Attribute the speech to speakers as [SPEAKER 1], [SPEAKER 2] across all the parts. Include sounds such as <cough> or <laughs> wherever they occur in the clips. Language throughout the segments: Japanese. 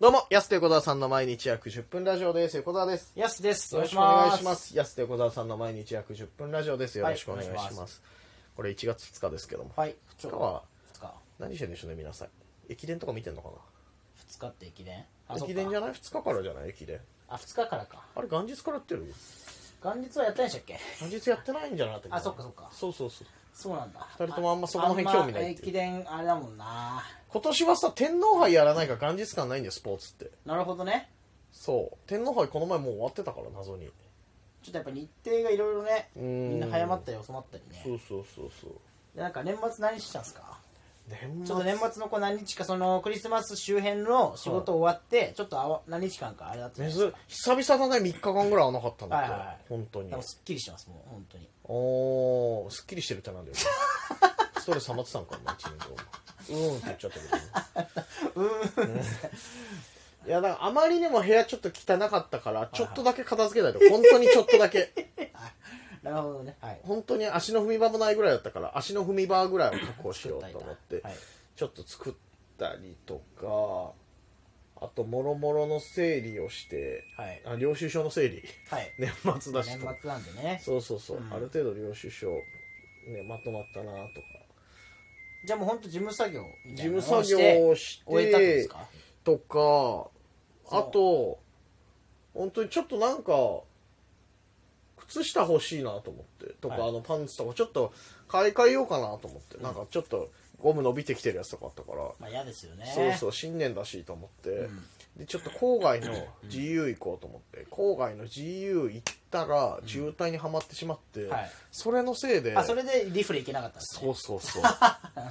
[SPEAKER 1] どうも、安手小沢さんの毎日約10分ラジオです。横澤です。
[SPEAKER 2] やすです。
[SPEAKER 1] よろしくお願いしま。す。安手小沢さんの毎日約10分ラジオです。よろしくお願いし
[SPEAKER 2] はい
[SPEAKER 1] ま
[SPEAKER 2] お
[SPEAKER 1] す。
[SPEAKER 2] 願い
[SPEAKER 1] これ1月2日ですけども。
[SPEAKER 2] はい。
[SPEAKER 1] 今
[SPEAKER 2] 今
[SPEAKER 1] 日
[SPEAKER 2] 日
[SPEAKER 1] は
[SPEAKER 2] 2日。
[SPEAKER 1] 何してるんでしょうね、皆さん。駅伝とか見てんのか
[SPEAKER 2] 2日って駅伝
[SPEAKER 1] な
[SPEAKER 2] あ、そっ
[SPEAKER 1] 駅伝じ
[SPEAKER 2] か。
[SPEAKER 1] ゃない ?2 日からじゃない駅伝。
[SPEAKER 2] あ、2日からか。
[SPEAKER 1] あれ、元日からやってる
[SPEAKER 2] 元日はやったんでしたっけ
[SPEAKER 1] 元日やってないんじゃなかったけな
[SPEAKER 2] あそっかそっか
[SPEAKER 1] そうそうそう。
[SPEAKER 2] そうなんだ。
[SPEAKER 1] 二人ともあんまそこら辺興味ない
[SPEAKER 2] あんま駅伝、あれだもんな。
[SPEAKER 1] 今年はさ、天皇杯やらないから元日感ないんだよ、スポーツって。
[SPEAKER 2] なるほどね。
[SPEAKER 1] そう。天皇杯この前もう終わってたから、謎に。
[SPEAKER 2] ちょっとやっぱ日程がいろいろね、
[SPEAKER 1] う
[SPEAKER 2] み
[SPEAKER 1] ーん
[SPEAKER 2] んな早まったり遅まったり
[SPEAKER 1] そ
[SPEAKER 2] ね。
[SPEAKER 1] うそうそうそう。
[SPEAKER 2] で、なんか年末何してたんすか
[SPEAKER 1] 年
[SPEAKER 2] ちょっと年末のこう何日か、そのクリスマス周辺の仕事終わって、ちょっとあわ何日間かあれだったじゃないです
[SPEAKER 1] 珍久々だね3日間ぐらい会わなかったんだって、
[SPEAKER 2] はいはいはい
[SPEAKER 1] 本当
[SPEAKER 2] か
[SPEAKER 1] に
[SPEAKER 2] なんかすっきりしてます、もう、本当に。
[SPEAKER 1] おーすっきりしてるってなんだよストレス溜まってたんかお前一年間うーんって言っちゃったけど、うんいやだからあまりにも部屋ちょっと汚かったからちょっとだけ片付けないと、本当にちょっとだけ
[SPEAKER 2] なるほどね。はい。
[SPEAKER 1] 本当に足の踏み場もないぐらいだったから足の踏み場ぐらいを確保しようと思って、
[SPEAKER 2] はい
[SPEAKER 1] ちょっと作ったりとかあともろもろの整理をして、
[SPEAKER 2] はい
[SPEAKER 1] あ領収書の整理
[SPEAKER 2] はい。
[SPEAKER 1] 年末だし
[SPEAKER 2] 年
[SPEAKER 1] と
[SPEAKER 2] 末なんでね。
[SPEAKER 1] そうそうそう、
[SPEAKER 2] うん
[SPEAKER 1] ある程度領収書、ね、まとまったなとか
[SPEAKER 2] じゃあもう本当事務作業
[SPEAKER 1] 事
[SPEAKER 2] みたいなの
[SPEAKER 1] 務
[SPEAKER 2] を
[SPEAKER 1] 作
[SPEAKER 2] して
[SPEAKER 1] 業をして
[SPEAKER 2] 終えたんですか
[SPEAKER 1] とか
[SPEAKER 2] そう
[SPEAKER 1] あと本当にちょっとなんか靴下欲しいなと思ってとか、
[SPEAKER 2] はい
[SPEAKER 1] あのパンツとかちょっと買い替えようかなと思って、なんかちょっとゴム伸びてきてるやつとかあったから、
[SPEAKER 2] まあ嫌ですよね
[SPEAKER 1] そうそう新年だしと思って、でちょっと郊外の GU 行こうと思って郊外の GU 行ったら渋滞にはまってしまって、
[SPEAKER 2] はい
[SPEAKER 1] それのせいで
[SPEAKER 2] あそれでリフレ行けなかったんです、ね、
[SPEAKER 1] そうそう <laughs> そう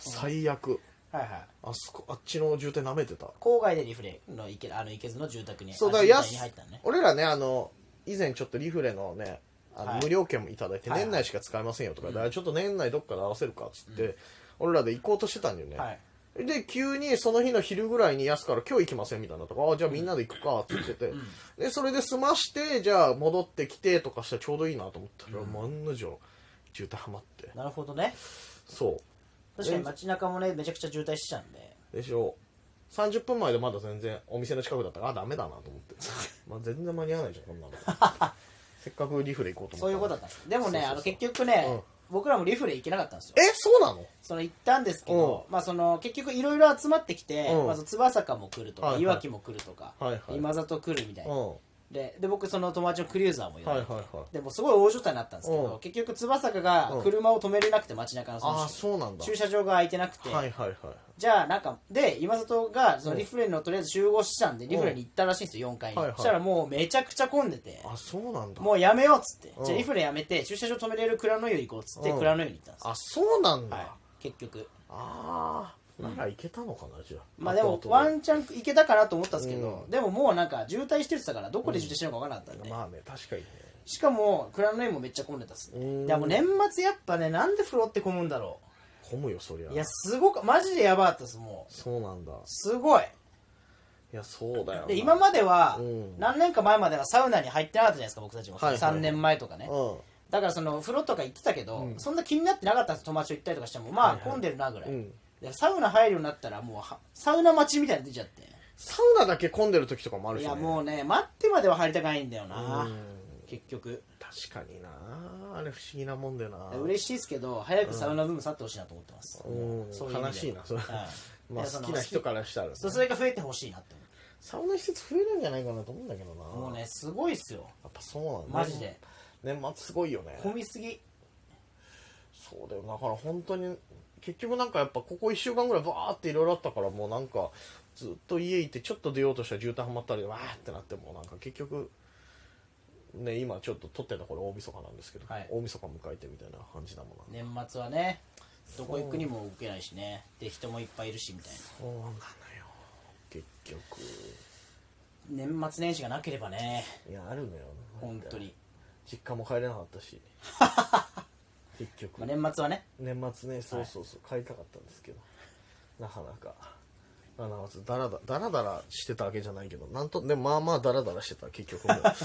[SPEAKER 1] 最悪
[SPEAKER 2] はいはい
[SPEAKER 1] あそこあっちの渋滞舐めてた
[SPEAKER 2] 郊外でリフレの行けあの行けずの住宅に
[SPEAKER 1] そうだ
[SPEAKER 2] あ
[SPEAKER 1] からや
[SPEAKER 2] 住宅
[SPEAKER 1] す
[SPEAKER 2] に入ったのね
[SPEAKER 1] 俺らねあの以前ちょっとリフレのねあの、
[SPEAKER 2] はい
[SPEAKER 1] 無料券もいただいて
[SPEAKER 2] はいはい
[SPEAKER 1] 年内しか使えませんよとか、だからちょっと年内どっかで合わせるかっつって、俺らで行こうとしてたんだよね、
[SPEAKER 2] はい
[SPEAKER 1] で急にその日の昼ぐらいに安から今日行きませんみたいなとかあじゃあみんなで行くかって言ってて、でそれで済ましてじゃあ戻ってきてとかしたらちょうどいいなと思ったら、もう案の定渋滞はまって
[SPEAKER 2] なるほどね
[SPEAKER 1] そ
[SPEAKER 2] 確かに街中もねめちゃくちゃ渋滞しちゃうんで
[SPEAKER 1] うでしょ30分前でまだ全然お店の近くだったからあダメだなと思って <laughs> まあ全然間に合わないじゃんこんな
[SPEAKER 2] <laughs>
[SPEAKER 1] のせっかくリフレ行こうと思った
[SPEAKER 2] そういうことだったんですでも
[SPEAKER 1] そ
[SPEAKER 2] ね
[SPEAKER 1] うそうそう
[SPEAKER 2] あの結局ね、僕らもリフレ行けなかったんですよ
[SPEAKER 1] えそうなの
[SPEAKER 2] その行ったんですけど、まあ、その結局いろいろ集まってきて、
[SPEAKER 1] うん
[SPEAKER 2] まず翼かも来るとか、
[SPEAKER 1] はいはい
[SPEAKER 2] いわきも来るとか、
[SPEAKER 1] はいはい
[SPEAKER 2] 今里来るみたいな、
[SPEAKER 1] う
[SPEAKER 2] でで僕その友達のクリューザーも呼ん
[SPEAKER 1] んはい
[SPEAKER 2] で
[SPEAKER 1] はいはい
[SPEAKER 2] でもすごい大所帯になったんですけ
[SPEAKER 1] うん
[SPEAKER 2] ど結局翼が車を止めれなくて街中のその
[SPEAKER 1] ああそうなんだ
[SPEAKER 2] 駐車場が空いてなくて、
[SPEAKER 1] はいはいはい
[SPEAKER 2] じゃあなんかで今里がそのリフレのとりあえず集合したんでリフレに行ったらしいんですよ4階に、
[SPEAKER 1] はいはい
[SPEAKER 2] そしたらもうめちゃくちゃ混んでて
[SPEAKER 1] あそうなんだ
[SPEAKER 2] もうやめようっつって、
[SPEAKER 1] うん
[SPEAKER 2] じゃあリフレやめて駐車場止めれる蔵の湯行こうっつって
[SPEAKER 1] うん
[SPEAKER 2] 蔵の湯に行ったんですよ、
[SPEAKER 1] あそうなんだ、
[SPEAKER 2] はい、結局
[SPEAKER 1] ああならいけたのかなじゃあ
[SPEAKER 2] まあでも
[SPEAKER 1] 後々
[SPEAKER 2] ワンチャン行けたかなと思ったんですけど、でももうなんか渋滞してたからどこで渋滞してるのか分からなかったんで、
[SPEAKER 1] まあね確かにね
[SPEAKER 2] しかも蔵の湯もめっちゃ混んでたっす
[SPEAKER 1] うん
[SPEAKER 2] ねでも年末やっぱねなんで風呂って混むんだろう
[SPEAKER 1] 混むよそりゃ
[SPEAKER 2] いや、すごく、マジでやばかったです、もう。
[SPEAKER 1] そうなんだ
[SPEAKER 2] すごい。
[SPEAKER 1] いやそうだよな
[SPEAKER 2] で、今までは
[SPEAKER 1] うん、
[SPEAKER 2] 何年か前まではサウナに入ってなかったじゃないですか、僕たちも。
[SPEAKER 1] はいはいはい
[SPEAKER 2] 3年前とかね。
[SPEAKER 1] う
[SPEAKER 2] だから、その、風呂とか行ってたけど、そんな気になってなかったんです友達と行ったりとかしても、まあ、混んでるなぐらい。
[SPEAKER 1] ん、うん、
[SPEAKER 2] でサウナ入るようになったら、もうは、サウナ待ちみたいに出ちゃって。
[SPEAKER 1] サウナだけ混んでる時とかもある
[SPEAKER 2] い
[SPEAKER 1] し、ね、
[SPEAKER 2] や、もうね、待ってまでは入りたくないんだよな
[SPEAKER 1] うん。
[SPEAKER 2] 結局。
[SPEAKER 1] 確かになあれ不思議なもんでな
[SPEAKER 2] 嬉しいですけど、早くサウナブーム去ってほしいなと思ってます。
[SPEAKER 1] うん
[SPEAKER 2] そういう意
[SPEAKER 1] 悲
[SPEAKER 2] 味で
[SPEAKER 1] しいなそれ
[SPEAKER 2] はい
[SPEAKER 1] <laughs> まあ
[SPEAKER 2] いやそ
[SPEAKER 1] 好
[SPEAKER 2] の
[SPEAKER 1] きな人からしたら、ね、
[SPEAKER 2] そうそれが増えてほしいなって思って
[SPEAKER 1] サウナ施設増えるんじゃないかなと思うんだけどな
[SPEAKER 2] もうね、すごいっすよ。
[SPEAKER 1] やっぱそうなんだね
[SPEAKER 2] マジで
[SPEAKER 1] 年末すごいよね
[SPEAKER 2] 混みすぎ。
[SPEAKER 1] そうだよだから本当に結局なんかやっぱここ1週間ぐらいバーっていろいろあったからもうなんかずっと家いてちょっと出ようとしたら渋滞はまったりわーってなってもうなんか結局ね今ちょっと撮ってるのこれ大晦日なんですけど、
[SPEAKER 2] はい
[SPEAKER 1] 大晦日迎えてみたいな感じだもんな
[SPEAKER 2] 年末はねどこ行くにも受けないしねで人もいっぱいいるしみたい
[SPEAKER 1] そうなのよ結局
[SPEAKER 2] な年末年始がなければね
[SPEAKER 1] いやあるのよ
[SPEAKER 2] 本当に、
[SPEAKER 1] 実家も帰れなかった
[SPEAKER 2] <laughs>
[SPEAKER 1] し結局、
[SPEAKER 2] まあ、年末はね
[SPEAKER 1] 年末ねそうそうそう、帰りたかったんですけどなかなかあのだらだだらだらしてたわけじゃないけどなんとでもまあまあだらだらしてた結
[SPEAKER 2] <laughs>
[SPEAKER 1] 局もううんなんか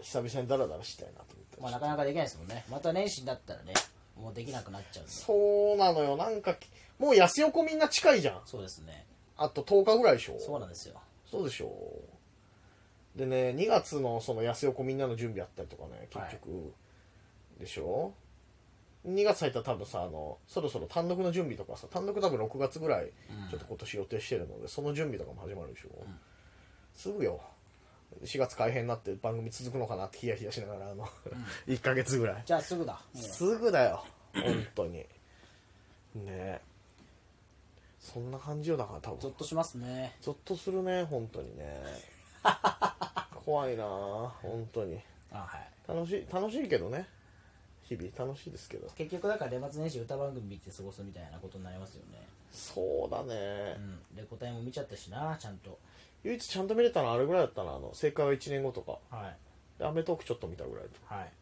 [SPEAKER 1] 久々にだらだらしたいなと思って、
[SPEAKER 2] まあなかなかできないですもんねまた年始になったらねもうできなくなっちゃうんで
[SPEAKER 1] そうなのよなんかきもう安横みんな近いじゃん
[SPEAKER 2] そうですね
[SPEAKER 1] あと10日ぐらいでしょ
[SPEAKER 2] そうなんですよ
[SPEAKER 1] そうでしょうでね2月のその安横みんなの準備あったりとかね結局、でしょ2月入ったら多分さあのそろそろ単独の準備とかさ単独多分6月ぐらいちょっと今年予定してるので、その準備とかも始まるでしょ、すぐよ4月改編になって番組続くのかなってヒヤヒヤしながらあの、1ヶ月ぐらい
[SPEAKER 2] じゃあすぐだもう
[SPEAKER 1] すぐだよ本当にねえそんな感じよだから多分
[SPEAKER 2] ゾッとしますね
[SPEAKER 1] ゾッとするね本当に
[SPEAKER 2] <laughs>
[SPEAKER 1] ね怖いなあ本当に
[SPEAKER 2] あはい
[SPEAKER 1] 楽しい楽しいけどね日々楽しいですけど
[SPEAKER 2] 結局だから年末年始歌番組見て過ごすみたいなことになりますよね
[SPEAKER 1] そうだね
[SPEAKER 2] うんで答えも見ちゃったしなちゃんと
[SPEAKER 1] 唯一ちゃんと見れたのはあれぐらいだったなあの正解は1年後とか
[SPEAKER 2] はい
[SPEAKER 1] でアメトークちょっと見たぐらいと
[SPEAKER 2] はい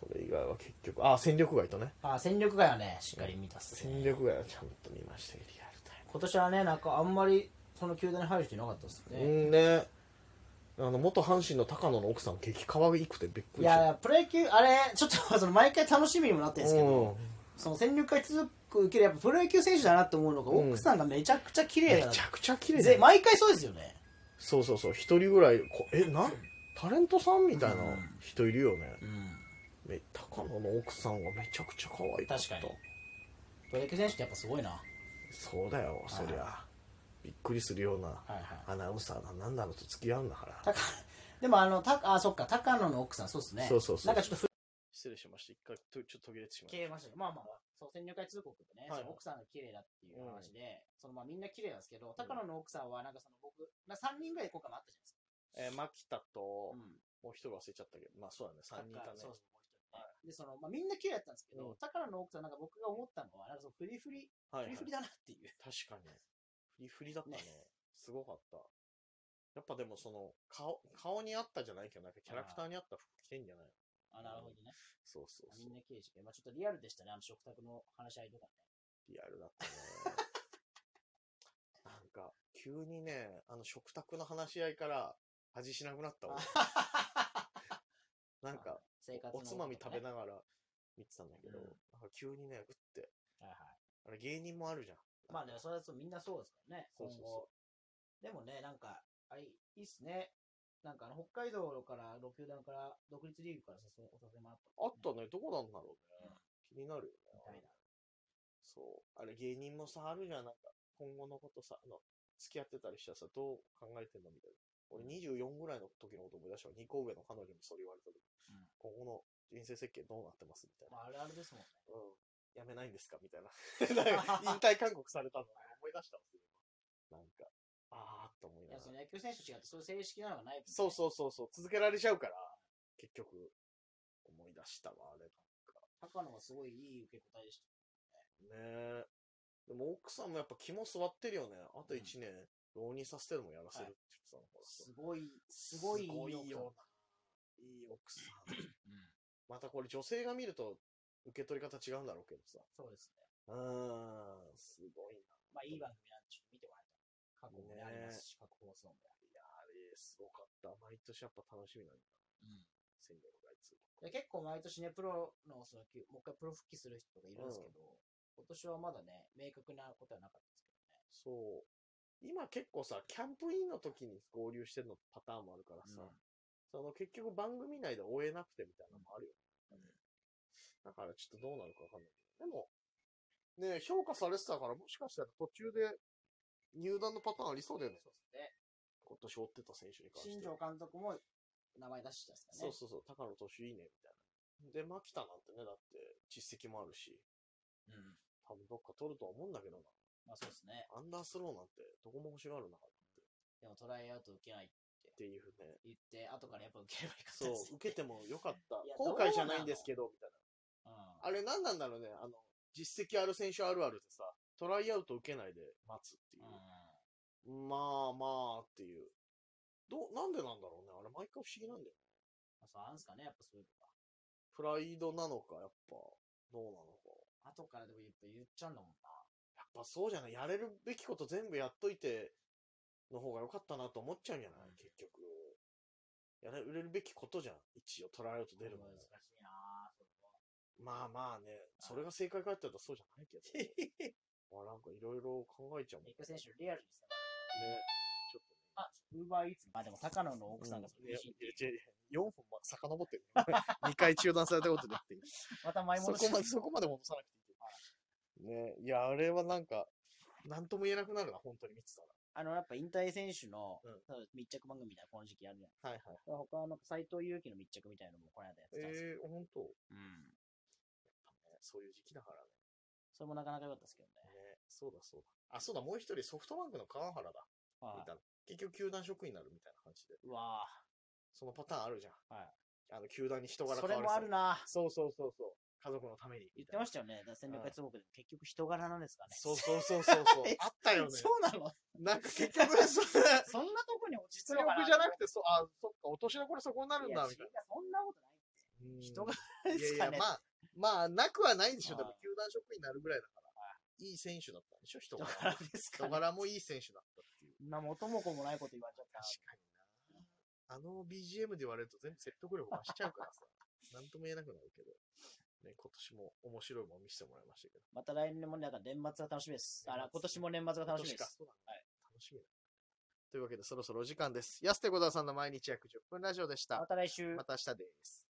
[SPEAKER 1] それ以外は結局あ戦力外とね
[SPEAKER 2] あ戦力外はねしっかり見たっすね
[SPEAKER 1] 戦力外はちゃんと見ましたよリアルタイ
[SPEAKER 2] 今年はねなんかあんまりその球団に入る人いなかったっす
[SPEAKER 1] ムう
[SPEAKER 2] ね
[SPEAKER 1] んねあの元阪神の高野の奥さん激可愛くてびっくりし
[SPEAKER 2] い
[SPEAKER 1] た
[SPEAKER 2] やいやプロ野球あれちょっとその毎回楽しみにもなってるんですけ
[SPEAKER 1] う
[SPEAKER 2] ど
[SPEAKER 1] ん
[SPEAKER 2] その戦力外続くけどやっぱプロ野球選手だなって思うのが
[SPEAKER 1] うん
[SPEAKER 2] 奥さんがめちゃくちゃ綺麗
[SPEAKER 1] め
[SPEAKER 2] だな
[SPEAKER 1] ちゃくちゃ綺麗だ
[SPEAKER 2] ぜ
[SPEAKER 1] よ
[SPEAKER 2] 毎回そうですよね
[SPEAKER 1] そうそうそう一人ぐらいこえなんタレントさんみたいな人いるよね、
[SPEAKER 2] うん
[SPEAKER 1] め高野の奥さんはめちゃくちゃ可愛かった
[SPEAKER 2] 確かにプロ野球選手ってやっぱすごいなは
[SPEAKER 1] そうだよそりゃびっくりするようない
[SPEAKER 2] はい
[SPEAKER 1] アナウンサーだなんだろうと付き合うんだから
[SPEAKER 2] 高でもあのたあそっか高野の奥さんそうっすね
[SPEAKER 1] そうそうそう
[SPEAKER 2] なんかちょっとふ
[SPEAKER 1] 失礼しました一回とちょっと途切れてしま
[SPEAKER 2] 消えましたけどまあまあそう戦力外通告でね、
[SPEAKER 1] はい
[SPEAKER 2] その奥さんが綺麗だっていう話で、そのまあみんな綺麗なんですけど高野の奥さんはなんかその僕な3人ぐらい今回もあったじゃない
[SPEAKER 1] えー、
[SPEAKER 2] です
[SPEAKER 1] 牧田と、
[SPEAKER 2] か、うん
[SPEAKER 1] もう一人忘れちゃったけどまあそうだね3人いたね
[SPEAKER 2] そうそうもう一人ねでそのまあ、みんな綺麗だったんですけど、
[SPEAKER 1] うん
[SPEAKER 2] 高野の奥さんなんか僕が思ったのはなんかそのフリフリ
[SPEAKER 1] はい
[SPEAKER 2] フ
[SPEAKER 1] はい、
[SPEAKER 2] リフリだなっていう、
[SPEAKER 1] 確かにフリフリだったね
[SPEAKER 2] ね
[SPEAKER 1] すごかったやっぱでもその顔顔に合ったじゃないけどなんかキャラクターに合った服着てんじゃない
[SPEAKER 2] あなるほどね
[SPEAKER 1] そうそうそう
[SPEAKER 2] みんな綺麗でしたけど、まあ、ちょっとリアルでしたねあの食卓の話し合いとかね
[SPEAKER 1] リアルだ
[SPEAKER 2] <laughs>
[SPEAKER 1] ったね。なんか、急にね、あの、食卓の話し合いから味しなくなったわ。なんか、
[SPEAKER 2] 生活の
[SPEAKER 1] おつまみ食べ
[SPEAKER 2] な
[SPEAKER 1] ながら見てたんだけど、
[SPEAKER 2] うん
[SPEAKER 1] なんか急にね、グって、
[SPEAKER 2] はいはい
[SPEAKER 1] あれ芸人もあるじゃん。
[SPEAKER 2] まあね、それはそうみんなそうですからね、
[SPEAKER 1] そうそう
[SPEAKER 2] 今後
[SPEAKER 1] そ
[SPEAKER 2] でもね、なんか、あれ、いいっすね。なんかあの、北海道から、6球団から、独立リーグから誘お誘いもあった、
[SPEAKER 1] あったね、どこなんだろうね
[SPEAKER 2] うん。
[SPEAKER 1] 気になるよ
[SPEAKER 2] みたい
[SPEAKER 1] ね
[SPEAKER 2] な。。
[SPEAKER 1] そう。あれ芸人もさ、あるじゃん。なんか、今後のことさ、あの、付き合ってたりしたらさ、どう考えてんのみたいな。俺24ぐらいの時のこと思い出したわ。2個上の彼女にそれ言われた時。
[SPEAKER 2] うん
[SPEAKER 1] 今後の人生設計どうなってますみたいな
[SPEAKER 2] ま。あ、あれあれですもんね。
[SPEAKER 1] うん、やめないん <laughs> ですかみたいな。なん
[SPEAKER 2] <laughs>
[SPEAKER 1] か引退勧告されたのを思い出したんですよ。なんか、あーっと思い
[SPEAKER 2] い
[SPEAKER 1] な
[SPEAKER 2] や、そ
[SPEAKER 1] が
[SPEAKER 2] の
[SPEAKER 1] ら。
[SPEAKER 2] 野球選手と違って、そういう正式なのがない、
[SPEAKER 1] そう
[SPEAKER 2] う。
[SPEAKER 1] そうそうそう、続けられちゃうから、結局、思い出したわ、あれ。
[SPEAKER 2] 高野はすごいいい受け答えでし
[SPEAKER 1] ねえ。でも奥さんもやっぱ肝座ってるよね。あと1年、浪人させてでもやらせるって言ってたのか
[SPEAKER 2] た。
[SPEAKER 1] ら
[SPEAKER 2] すごい、すごい
[SPEAKER 1] すごい
[SPEAKER 2] 奥さん
[SPEAKER 1] よな。いい奥さん。
[SPEAKER 2] うん
[SPEAKER 1] またこれ女性が見ると受け取り方違うんだろうけどさ。
[SPEAKER 2] そうですね。
[SPEAKER 1] うーん、すごいな。
[SPEAKER 2] まあ、いい番組なんで、ちょっと見てもらえたら。過去もね、
[SPEAKER 1] ね
[SPEAKER 2] ありますし、過去放送も。
[SPEAKER 1] いやあれ、すごかった。毎年やっぱ楽しみなんだ。
[SPEAKER 2] うん
[SPEAKER 1] 戦力外通告
[SPEAKER 2] で結構毎年ね、プロのその球、もう一回プロ復帰する人がいるんですけど、今年はまだね、明確なことはなかったです
[SPEAKER 1] そう。今結構さ、キャンプインの時に合流してるのパターンもあるから
[SPEAKER 2] け
[SPEAKER 1] さ、
[SPEAKER 2] どね。
[SPEAKER 1] その結局番組内で終えなくてみたいなのもあるよ、
[SPEAKER 2] うん
[SPEAKER 1] だからちょっとどうなるかわかんないけど。でも、ねえ評価されてたからもしかしたら途中で入団のパターンありそうだよね。
[SPEAKER 2] そうですね。
[SPEAKER 1] 今年追ってた選手に関して
[SPEAKER 2] 新庄監督も名前出してたんですか
[SPEAKER 1] そう
[SPEAKER 2] ね。
[SPEAKER 1] そうそう、高野投手いいね、みたいな。で、牧田なんてね、だって実績もあるし、
[SPEAKER 2] うん。
[SPEAKER 1] 多分どっか取るとは思うんだけどな。
[SPEAKER 2] まあそうですね。
[SPEAKER 1] アンダースローなんてどこも欲しがるなっ
[SPEAKER 2] でもトライアウト受けないって
[SPEAKER 1] ていうね。
[SPEAKER 2] 言って、後からやっぱ受ければよかった
[SPEAKER 1] そう
[SPEAKER 2] です、ね。
[SPEAKER 1] 受けてもよかった
[SPEAKER 2] いや。
[SPEAKER 1] 後悔じゃないんですけど、みたい
[SPEAKER 2] うん。
[SPEAKER 1] な。あれ何なんだろうね、あの、実績ある選手あるあるでさ、トライアウト受けないで待つっていうう。
[SPEAKER 2] ん
[SPEAKER 1] まあまあっていう。どう、なんでなんだろうね。あれ毎回不思議なんだよ。
[SPEAKER 2] まあそうなんですかね、やっぱそういうの
[SPEAKER 1] プライドなのか、やっぱ、どうなのか。
[SPEAKER 2] が。後からでもやっぱ言っちゃうんだもんな。
[SPEAKER 1] やっぱそうじゃない。やれるべきこと全部やっといての方が良かったなと思っちゃうんじゃない結局。やれるべきことじゃん。一応トライアウト出るの
[SPEAKER 2] 難
[SPEAKER 1] も
[SPEAKER 2] しいなぁ、それは
[SPEAKER 1] まあまあね、それが正解かって言ったらそうじゃないけど。まあなんかいろいろ考えちゃうもんね。
[SPEAKER 2] 三笘選手、リアルにさ、
[SPEAKER 1] ちょっとね。
[SPEAKER 2] あ、ウーバーイーツ。まあでも、高野の奥さんがそれ
[SPEAKER 1] いや
[SPEAKER 2] 嬉しいっていう。
[SPEAKER 1] 4分まで遡ってる、ね。2回 <laughs> 中断されたことになっていい。
[SPEAKER 2] また前
[SPEAKER 1] そ
[SPEAKER 2] 戻し
[SPEAKER 1] こまで、
[SPEAKER 2] て
[SPEAKER 1] そこまで戻さなくていいけど。ねいや、あれはなんか、なんとも言えなくなるな、本当に見てた
[SPEAKER 2] あの、やっぱ引退選手の
[SPEAKER 1] うん
[SPEAKER 2] そう密着番組みたいな、この時期やるじゃん。
[SPEAKER 1] ら。はいはい。
[SPEAKER 2] 他の斎藤佑樹の密着みたいなのもこの間やってたんですよ。
[SPEAKER 1] ええ本当、ね
[SPEAKER 2] うん。
[SPEAKER 1] そういう時期だからね。
[SPEAKER 2] それもなかなか良かったですけどね。
[SPEAKER 1] ねそうだそうだ。あ、そうだ、もう一人ソフトバンクの川原だ。
[SPEAKER 2] はい
[SPEAKER 1] いたの結局球団職員になるみたいな話で。
[SPEAKER 2] うわ
[SPEAKER 1] そのパターンあるじゃん。
[SPEAKER 2] はい。
[SPEAKER 1] あの、球団に人柄
[SPEAKER 2] ぁ。そ
[SPEAKER 1] 変
[SPEAKER 2] れ
[SPEAKER 1] わる
[SPEAKER 2] もあるな
[SPEAKER 1] そうそうそうそう。家族のために
[SPEAKER 2] 言ってま
[SPEAKER 1] し
[SPEAKER 2] したよね。だ戦略中国でも結局人柄なんですかね。
[SPEAKER 1] そうそうそうそうそう
[SPEAKER 2] <laughs> え。
[SPEAKER 1] あったよね。
[SPEAKER 2] そうなの
[SPEAKER 1] なんか結局ね、それ、
[SPEAKER 2] そんなとこに落ち着
[SPEAKER 1] 出力じゃなくて、そあ、そっか、お年これそこになる
[SPEAKER 2] い
[SPEAKER 1] ん
[SPEAKER 2] や
[SPEAKER 1] だ、
[SPEAKER 2] 違う
[SPEAKER 1] みたい
[SPEAKER 2] そんなことない。
[SPEAKER 1] な。
[SPEAKER 2] 人柄
[SPEAKER 1] うん、
[SPEAKER 2] で
[SPEAKER 1] いや
[SPEAKER 2] す
[SPEAKER 1] い
[SPEAKER 2] か
[SPEAKER 1] や、
[SPEAKER 2] ね。
[SPEAKER 1] まあ、まあ、なくはないでしょ。で
[SPEAKER 2] はい
[SPEAKER 1] も、球団職員になるぐらいだから。いい選手 <laughs> だったんでしょ、人
[SPEAKER 2] 人
[SPEAKER 1] 柄。
[SPEAKER 2] 柄ですか
[SPEAKER 1] 人
[SPEAKER 2] ね。
[SPEAKER 1] 柄もいい選手だったっていう。
[SPEAKER 2] そんな元も子もないこと言われちゃった。
[SPEAKER 1] 確かにな。あの BGM で言われると全部説得力増しちゃうから <laughs> さ。なんとも言えなくなるけど。ね、今年も面白いもん見せてもらいましたけど。
[SPEAKER 2] また来年もね、なんか年末が楽しみです。あら、今年も年末が楽しみで
[SPEAKER 1] 今年か
[SPEAKER 2] す。
[SPEAKER 1] そうだね楽しみだ。というわけで、そろそろお時間です。安手小沢さんの毎日約10分ラジオでし
[SPEAKER 2] ま
[SPEAKER 1] た。
[SPEAKER 2] た来週
[SPEAKER 1] ま。た明日です。